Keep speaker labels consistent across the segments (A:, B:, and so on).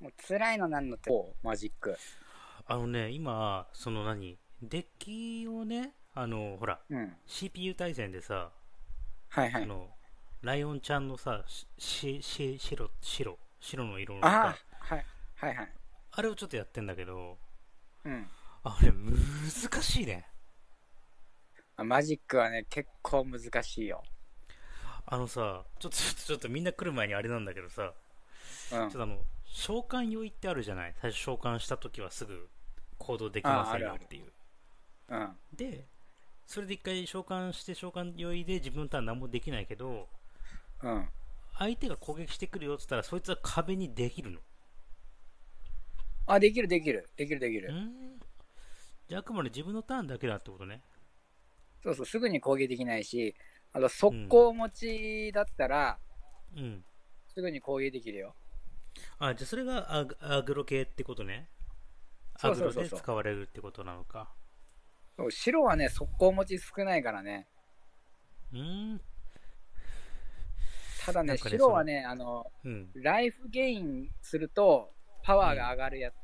A: もう辛いのなんのって、おうマジック。
B: あのね、今、その何、デッキをね、あの、ほら、
A: うん。
B: CPU 対戦でさ、
A: はいは
B: あ
A: い。
B: の、ライオンちゃんのさ、し、し、白、白、白の色の
A: あ
B: さ、
A: あ、はい、はいはい。
B: あれをちょっとやってんだけど、
A: うん。
B: あれ、難しいね。
A: あマジックはね、結構難しいよ。
B: あのさ、ちょっと、ちょっと、ちょっとみんな来る前にあれなんだけどさ、
A: う
B: ちょ
A: ん
B: っ。とあの、召喚用意ってあるじゃない最初召喚した時はすぐ行動できませ
A: あ
B: ん
A: あ
B: よ
A: るある
B: っていう。
A: うん。
B: で、それで一回召喚して召喚用意で自分のターン何もできないけど、
A: うん。
B: 相手が攻撃してくるよって言ったら、そいつは壁にできるの。
A: あ、できるできる。できるできる。
B: んじゃあ、あくまで自分のターンだけだってことね。
A: そうそう、すぐに攻撃できないし、あと速攻持ちだったら、
B: うん。
A: すぐに攻撃できるよ。
B: あ、じゃあそれがアグアグロ系ってことね。
A: そ
B: ア
A: う
B: グ
A: そう
B: ロ
A: そう
B: で
A: そう
B: 使われるってことなのか。
A: そう白はね、速攻持ち少ないからね。
B: うん。
A: ただね、
B: なんかね
A: 白はね、あの、
B: うん。
A: ライフゲインすると、パワーが上がるやつ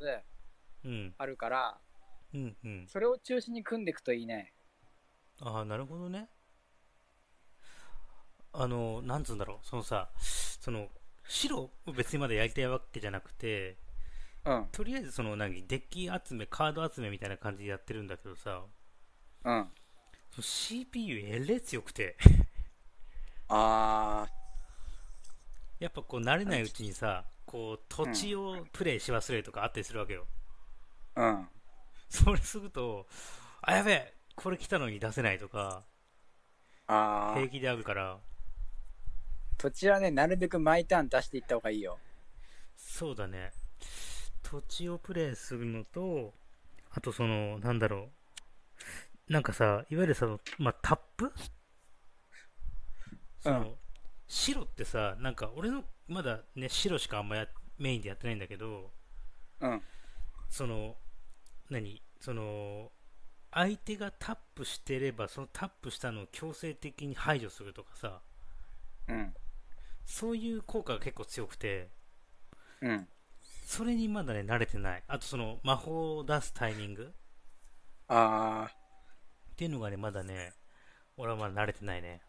B: うん。
A: あるから、
B: うん。うん。
A: それを中心に組んでいくといいね。
B: ああ、なるほどね。あの、なんつうんだろう。そのさ、その、白を別にまだやりたいわけじゃなくて、
A: うん、
B: とりあえずその何、デッキ集め、カード集めみたいな感じでやってるんだけどさ、
A: うん。
B: その CPU えれ強くて、
A: あ
B: やっぱこう慣れないうちにさ、こう土地をプレイし忘れるとかあったりするわけよ。
A: ー、うん。
B: それすると、あ、やべえ、これ来たのに出せないとか、
A: あ
B: 平
A: ー、
B: 気であるから、
A: 土地はね、なるべく毎ターン出していった方がいいよ。
B: そうだね。土地をプレイするのと、あとその、なんだろう。なんかさ、いわゆるその、まあ、タップその、
A: うん
B: 白ってさ、なんか俺の、まだね、白しかあんまやメインでやってないんだけど、
A: うん、
B: その何その相手がタップしてればそのタップしたのを強制的に排除するとかさ
A: うん、
B: そういう効果が結構強くて
A: うん。
B: それにまだね慣れてないあとその魔法を出すタイミング
A: あ
B: っていうのがねまだね俺はまだ慣れてないね
A: ー、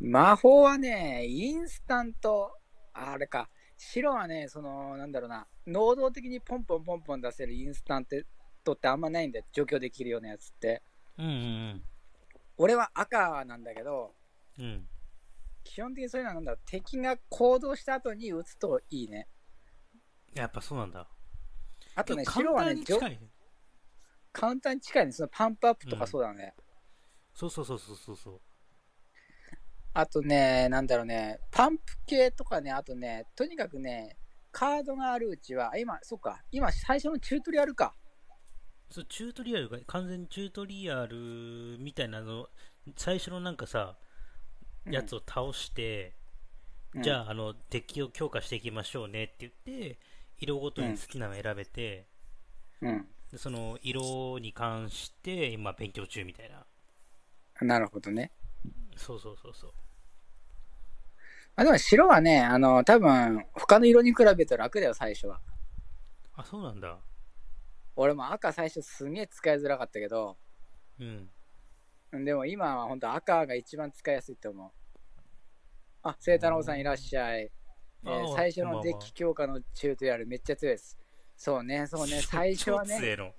A: 魔法はね、インスタント、あれか、白はね、その、なんだろうな、能動的にポンポンポンポン出せるインスタントってあんまないんだよ、除去できるようなやつって。
B: うんうん
A: 俺は赤なんだけど、
B: うんうん
A: 基本的にそういうのはなんだろう、敵が行動した後に撃つといいね。
B: やっぱそうなんだ
A: あとね、
B: でも
A: 白は
B: 簡単
A: ね、
B: に
A: じょ
B: 近いね
A: カウンターに近いね、そのパンプアップとかそうだね。
B: そうそうそうそうそうそう
A: あとね、なんだろうね、パンプ系とかね、あとね、とにかくね、カードがあるうちは、あ今、そっか、今、最初のチュートリアルか。
B: そうチュートリアルが完全にチュートリアルみたいなの最初のなんかさやつを倒して、
A: うん、
B: じゃ
A: あ、
B: あ、あの、デッキを強化していきましょうねって言って、色ごとに好きなの選べて、
A: うん。
B: でその色に関して今勉強中みたいな。
A: なるほどね。
B: そうそうそうそう。
A: あでも、白はね、あの、多分、他の色に比べたら楽だよ、最初は。
B: あ、そうなんだ。
A: 俺も赤最初すげえ使いづらかったけど、
B: うん。
A: でも今は本当赤が一番使いやすいと思う。あ、清太郎さんいらっしゃい。え
B: あ
A: ー最初のデッ。キ
B: こ
A: 強化のチュートリアルめっちゃ強いです。そうね、
B: んばん
A: そうね、
B: 超
A: 最初はね。
B: 超強えの。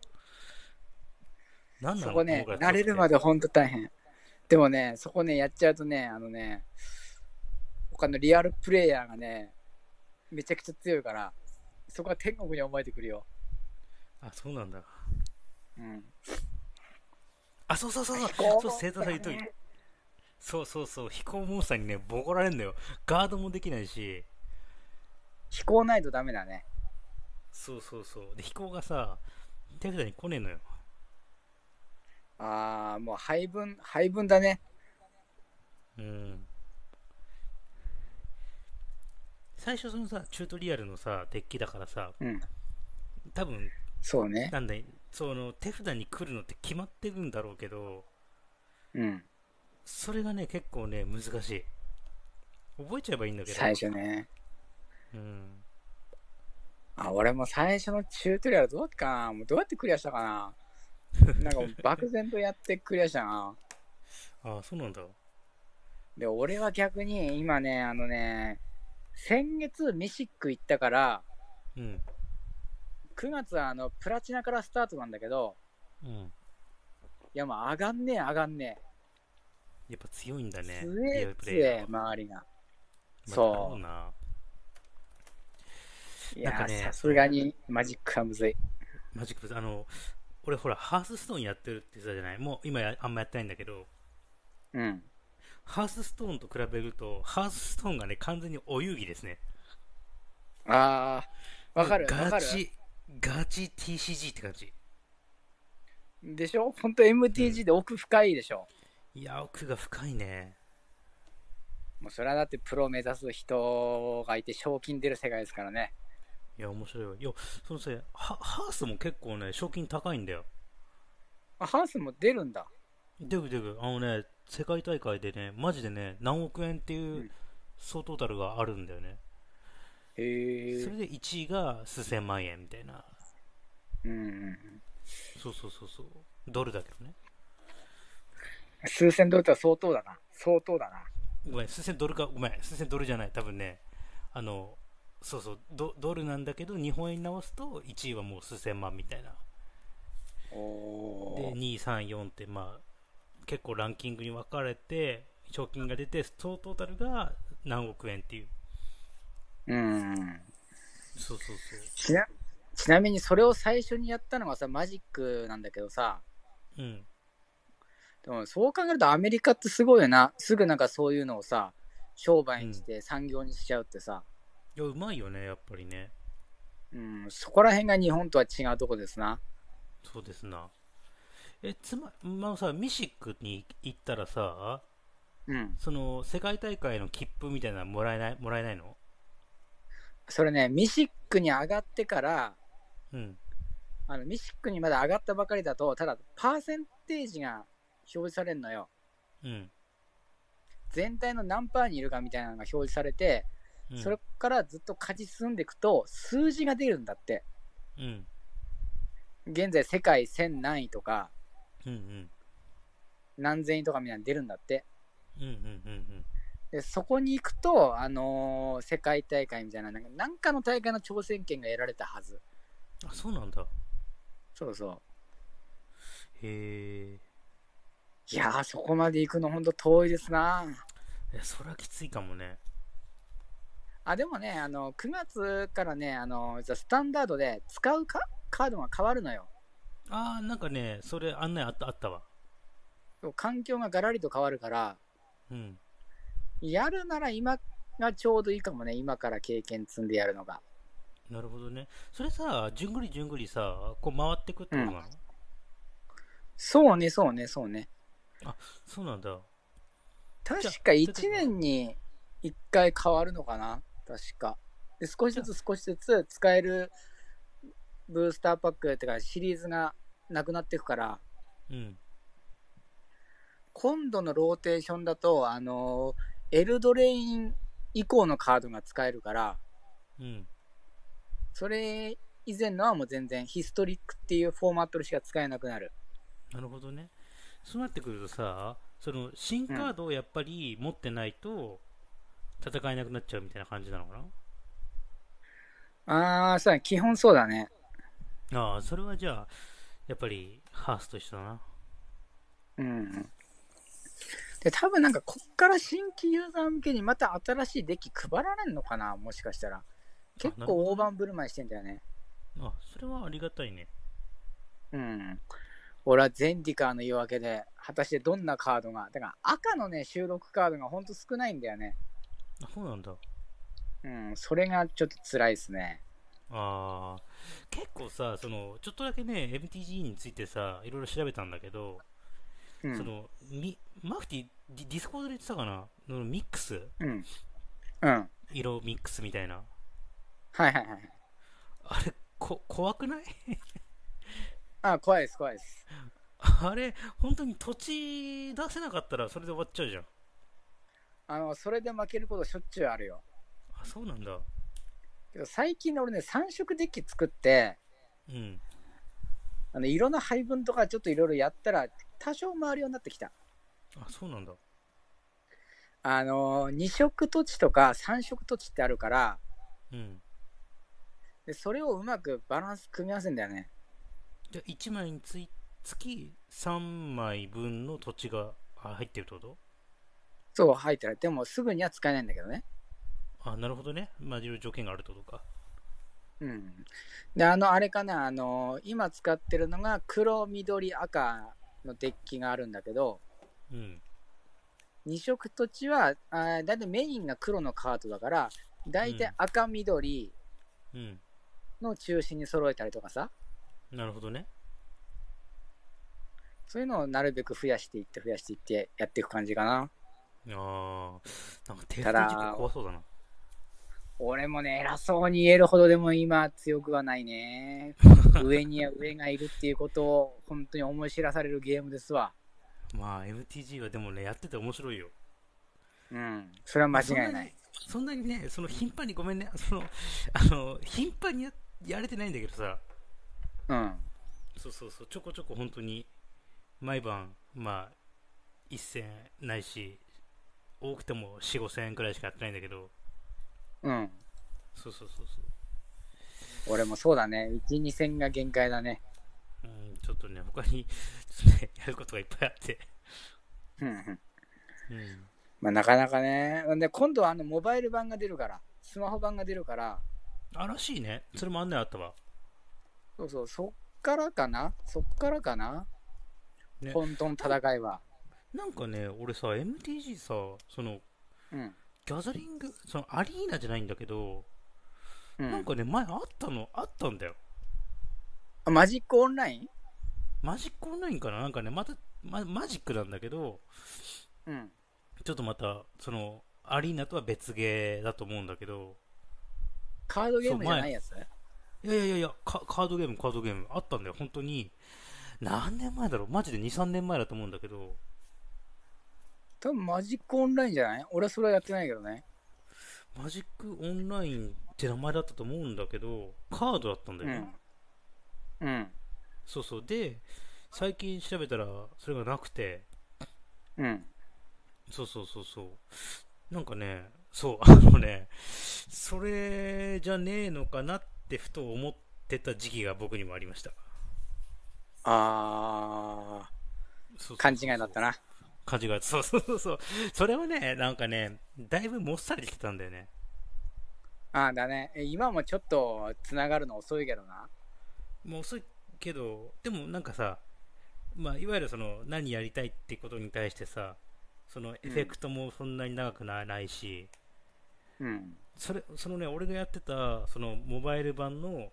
B: なんなの
A: そこね、
B: のぐらい強くて
A: 慣れるまでほんと大変。でもね、そこね、やっちゃうとね、あのね、他のリアルプレイヤーがね、めちゃくちゃ強いから、そこは天国に思えてくるよ。
B: あ、そうなんだ。
A: うん。
B: あ、そうそうそうそう。そう、生徒さん言っといて。そうそうそう。飛行モンスターにね、ボコられんだよ。ガードもできないし。
A: 飛行ないとダメだね。
B: そうそうそう。で、飛行がさ、手札に来ねえのよ。
A: あー、もう配分、配分だね。
B: うん最初そのさチュートリアルのさデッキだからさ
A: うん。
B: 多分
A: そうね。
B: なんだいその手札に来るのって決まってるんだろうけど
A: うん。
B: それがね結構ね難しい覚えちゃえばいいんだけど
A: 最初ね。
B: うん
A: あ、俺も最初のチュートリアルどうやってかなもうどうやってクリアしたかななんかもう漠然とやってクリアしたな。
B: ああ、そうなんだ。
A: で、俺は逆に今ね、あのね、先月ミシック行ったから、
B: うん。
A: 9月はあのプラチナからスタートなんだけど、
B: うん。
A: いやもう上がんねえ上がんね
B: やっぱ強いんだ
A: え。
B: ね。
A: 強え
B: プレイ
A: 強
B: ヤ
A: え
B: ーは。
A: 周りが。
B: まあ
A: そう
B: だろな。
A: いや
B: なんか
A: ー
B: ね
A: さすがにマジックはむずい。
B: マジックプレイあの、俺ほら、ハースストーンやってるって言ってたじゃないもう今やあんまやってないんだけど、
A: うん。
B: ハースストーンと比べると、ハースストーンがね、完全にお遊戯ですね。
A: あー、わかるわか
B: ガ
A: る。
B: チ、ガチ TCG って感じ。
A: でしょ本当 MTG で奥深いでしょ、
B: いや、奥が深いね。
A: もうそれはだってプロを目指す人がいて賞金出る世界ですからね。
B: いや、面白いわ。いや、そのせい、ハハースも結構ね、賞金高いんだよ。
A: あハンスも出るんだ。
B: デグデグ、あのね、世界大会でね、マジでね、何億円って
A: う
B: いうん総トータルがあるんだよね。
A: へ
B: そ
A: え。
B: れで1位が数千万円みたいな。
A: うん。
B: そうそうそうそう。ドルだけどね。
A: 数千ドルとは相当だな。相当だな。
B: ごめん、数千ドルか、ごめん、数千ドルじゃない、多分ね、あの、そうそう、ドドルなんだけど、日本円に直すと1位はもう数千万みたいな。
A: お
B: で、
A: ー
B: 2位、3位、4って、まあ、結構ランキングに分かれて、賞金が出て、総トータルが何億円っていう。
A: うん。
B: そうそう
A: ちなちなみにそれを最初にやったのがさ、マジックなんだけどさ、
B: そう。うん。
A: でもそう考えるとアメリカってすごいよな。すぐなんかそういうのをさ、商売にして産業にしちゃうってさ、
B: いや、うまいよね、やっぱりね。
A: うん、そこら辺が日本とは違うとこですな。
B: そうですな。え、つま、まあさ、ミシックに行ったらさ、
A: うん。
B: その、世界大会の切符みたいなのもらえない、もらえないの
A: それね、ミシックに上がってから、
B: うん。
A: あのミシックにまだ上がったばかりだと、ただパーセンテージが表示されるのよ。
B: うん。
A: 全体の何パーにいるかみたいなのが表示されて、
B: うん、
A: それからずっと勝ち進んでいくと、数字が出るんだって。
B: うん。
A: 現在世界1000何位とか、
B: うんうん。
A: 何千位とかみたいなの出るんだって。
B: うんうんうん
A: で、そこに行くと、あのー世界大会みたいな、なんかなんかの大会の挑戦権が得られたはず。
B: うん。あ、そうなんだ。
A: そうそう。
B: へえ。
A: いやー、そこまで行くのほんと遠いですな
B: え、そりゃきついかもね。
A: あでもねあの、9月からね、あのじゃあスタンダードで使うかカードが変わるのよ。
B: あー、なんかね、それ案内あった、あったわ。
A: 環境がガラリと変わるから、
B: うん。
A: やるなら今がちょうどいいかもね、今から経験積んでやるのが。
B: なるほどね。それさ、じゅんぐりじゅんぐりさ、こう回ってくってことなの、
A: そうね、そうね、そうね。
B: そうなんだ。
A: 確
B: じゃ
A: か
B: あ
A: 1年に1回変わるのかな、確か。で少しずつ少しずつ使えるブースターパックっていうかシリーズがなくなっていくから、
B: うん。
A: 今度のローテーションだと、あのエルドレイン以降のカードが使えるから、
B: うん。
A: それ以前のはもう全然ヒストリックっていうフォーマットでしか使えなくなる。
B: なるほどね。そうなってくるとさ、その新カードをやっぱり持ってないと戦えなくなっちゃうみたいな感じなのか
A: ああ、そうだね。基本そうだね。
B: なああ、それはじゃあ、やっぱりハースと一緒だな。
A: うん。で、多分なんかこっから新規ユーザー向けにまた新しいデッキ配られんのかなもしかしたら。結
B: なるほ
A: 構大盤振る舞いしてんだよね。
B: あ、それはありがたいね。
A: うん。俺はゼンディカーの夜明けで、果たしてどんなカードが、だから赤のね、収録カードがほんと少ないんだよね。
B: あ、そうなんだ。
A: うん、それがちょっと辛いですね。
B: ああ、結構さ、その、ちょっとだけね、MTG についてさ、いろいろ調べたんだけど、
A: うん。
B: その、みマフティ、ディディスコードで言ってたかなそのミックス
A: うん。うん。
B: 色ミックスみたいな。
A: はいはいはい。
B: あれ、こ、怖くない
A: あ、怖いです、怖いです。
B: あれ、本当に土地出せなかったらそれで終わっちゃうじゃん。
A: あの、それで負けることしょっちゅうあるよ。
B: あ、そうなんだ。
A: けど最近ね俺ね、3色デッキ作って、
B: うん。
A: あの色の配分とかちょっといろいろやったら、多少回るようになってきた。
B: あ、そうなんだ。
A: あのー、2色土地とか3色土地ってあるから、
B: うん。
A: でそれをうまくバランス組み合わせんだよね。
B: じゃあ1枚につい月3枚分の土地があ入ってるってこと
A: そう、入ってる。でもすぐには使えないんだけどね。
B: あ、なるほどね。まあ、いろいろ条件があるってことか。
A: うん。で、あの、あれかな、あのー、今使ってるのが黒、緑、赤のデッキがあるんだけど、
B: うん。
A: 2色土地は、あーだいたいメインが黒のカードだから、だいたい赤、緑
B: うん。
A: の中心に揃えたりとかさ、
B: なるほどね。
A: そういうのをなるべく増やしていって、増やしていってやっていく感じかな。
B: ああ、なんかテスト
A: ただ
B: 事故怖そうだな。
A: 俺もね、偉そうに言えるほどでも今強くはない ね。上には上がいるっていうことを本当に思い知らされるゲームですわ。
B: まあ、MTG はでもね、やってて面白いよ。
A: うん。それは間違い
B: そん
A: な
B: ないに。そんなにね、その頻繁にごめんね、その、あの、頻繁にややれてないんだけどさ、
A: うん。
B: そうそうそう、ちょこちょこ本当に、毎晩、まあ、一戦ないし、多くても4、5戦くらいしかやってないんだけど、
A: うん。
B: そうそうそうそう。
A: 俺もそうだね。1、2戦が限界だね。
B: うん、ちょっとね、他に、ちょっとね、やることがいっぱいあって。
A: うんうん。
B: うん。
A: まあなかなかね。で、今度はあのモバイル版が出るから、スマホ版が出るから、
B: あらしいね。それも案内あったわ。
A: そうそう、そっからかなそっからかな、
B: ね
A: 本当の戦いは。
B: なんかね、俺さ、MTG さ、その、
A: うん。
B: ギャザリング、そのアリーナじゃないんだけど、
A: う
B: なん
A: ん、
B: かね、前あったの、あったんだよ。
A: あマジックオンライン
B: マジックオンラインかななんかね、また、ま、マジックなんだけど、
A: うん。
B: ちょっとまた、その、アリーナとは別ゲーだと思うんだけど、
A: カードゲームじゃないやつ
B: いやいやいやいや、カカードゲーム、カードゲーム、あったんだよ、本当に。何年前だろうマジで2、3年前だと思うんだけど、
A: 多分マジックオンラインじゃない俺はそれはやってないけどね。
B: マジックオンラインって名前だったと思うんだけど、カードだったんだ
A: う
B: よね。
A: ん。うん。
B: そうそう。で、最近調べたら、それがなくて、
A: うん。
B: そうそうそうそう。なんかね、そう、 あのね、それじゃねえのかなってふと思ってた時期が僕にもありました。
A: あ
B: そうそうそう
A: ー、勘違いだった。な。
B: 勘違いだった。そうそうそうそう。それはね、なんかね、だいぶもっさりしてたんだよね。
A: あーだね。え今もちょっと繋がるの遅いけどな。
B: もう遅いけど、でもなんかさ、まあ、いわゆるその、何やりたいってことに対してさ、そのエフェクトもそんなに長くなないし、
A: うん。
B: それ、そのね、俺がやってた、その、モバイル版の、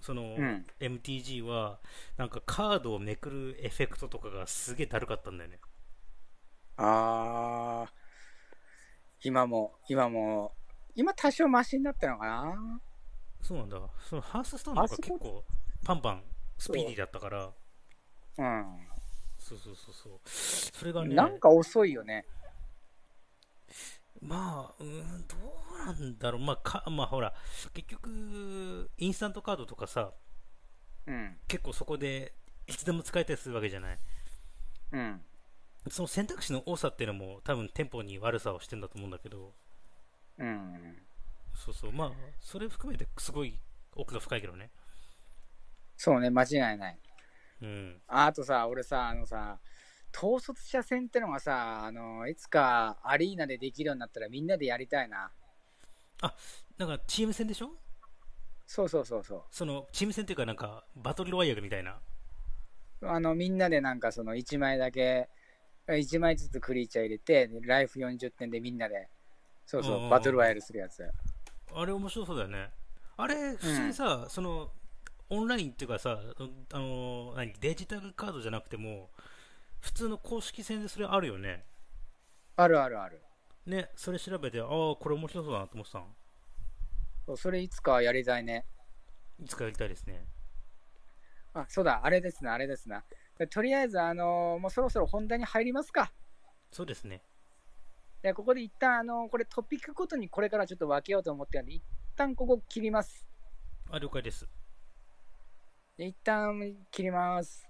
B: その、
A: うん。
B: MTG はなんかカードをめくるエフェクトとかがすげえだるかったんだよね
A: あー、今も、今も、今多少マシになったのかな
B: そうなんだそのハースストーンとか
A: ハースス
B: 結
A: トーン
B: 構パンパンスピーディーだったから
A: う
B: そうそうそうそうそれがね
A: ん。なんか遅いよね。
B: まあうーんどうなんだろうまあかまあほら結局インスタントカードとかさ
A: うん。
B: 結構そこでいつでも使えたりするわけじゃない
A: うん。
B: その選択肢の多さっていうのも多分テンポに悪さをしてんだと思うんだけど
A: うん。
B: そうそうまあそれ含めてすごい奥が深いけどね
A: そうね、間違いない。
B: うん
A: ああとさ、俺さ、あのさ、統率者戦ってのがさ、あの、いつかアリーナでできるようになったらみんなでやりたいな。
B: なんかチーム戦でしょ
A: そうそうそうそ
B: そのチーム戦っていうかなんかバトルロワイヤルみたいな
A: う。あの、みんなでなんかその1枚だけ、1枚ずつクリーチャー入れて、ライフ40点でみんなで、そう
B: うんうん
A: そうう、
B: ん
A: バトルワイヤルするやつ。
B: あれ面白そうだよねあれ普通にさ、そのオンラインっていうかさあの何デジタルカードじゃなくても普通の公式戦でそれあるよね
A: あるあるある。
B: ねそれ調べてああこれ面白そうだなと思ってたの
A: そうそれいつかやりたいね。
B: いつかやりたいですね
A: あ、そうだ、あれですな、あれですな。でとりあえず、あのもうそろそろ本題に入りますか。
B: そうですね
A: でここで一旦あのこれトピックごとにこれからちょっと分けようと思ってるんで一旦ここ切ります。
B: あ了解です
A: 一旦切ります。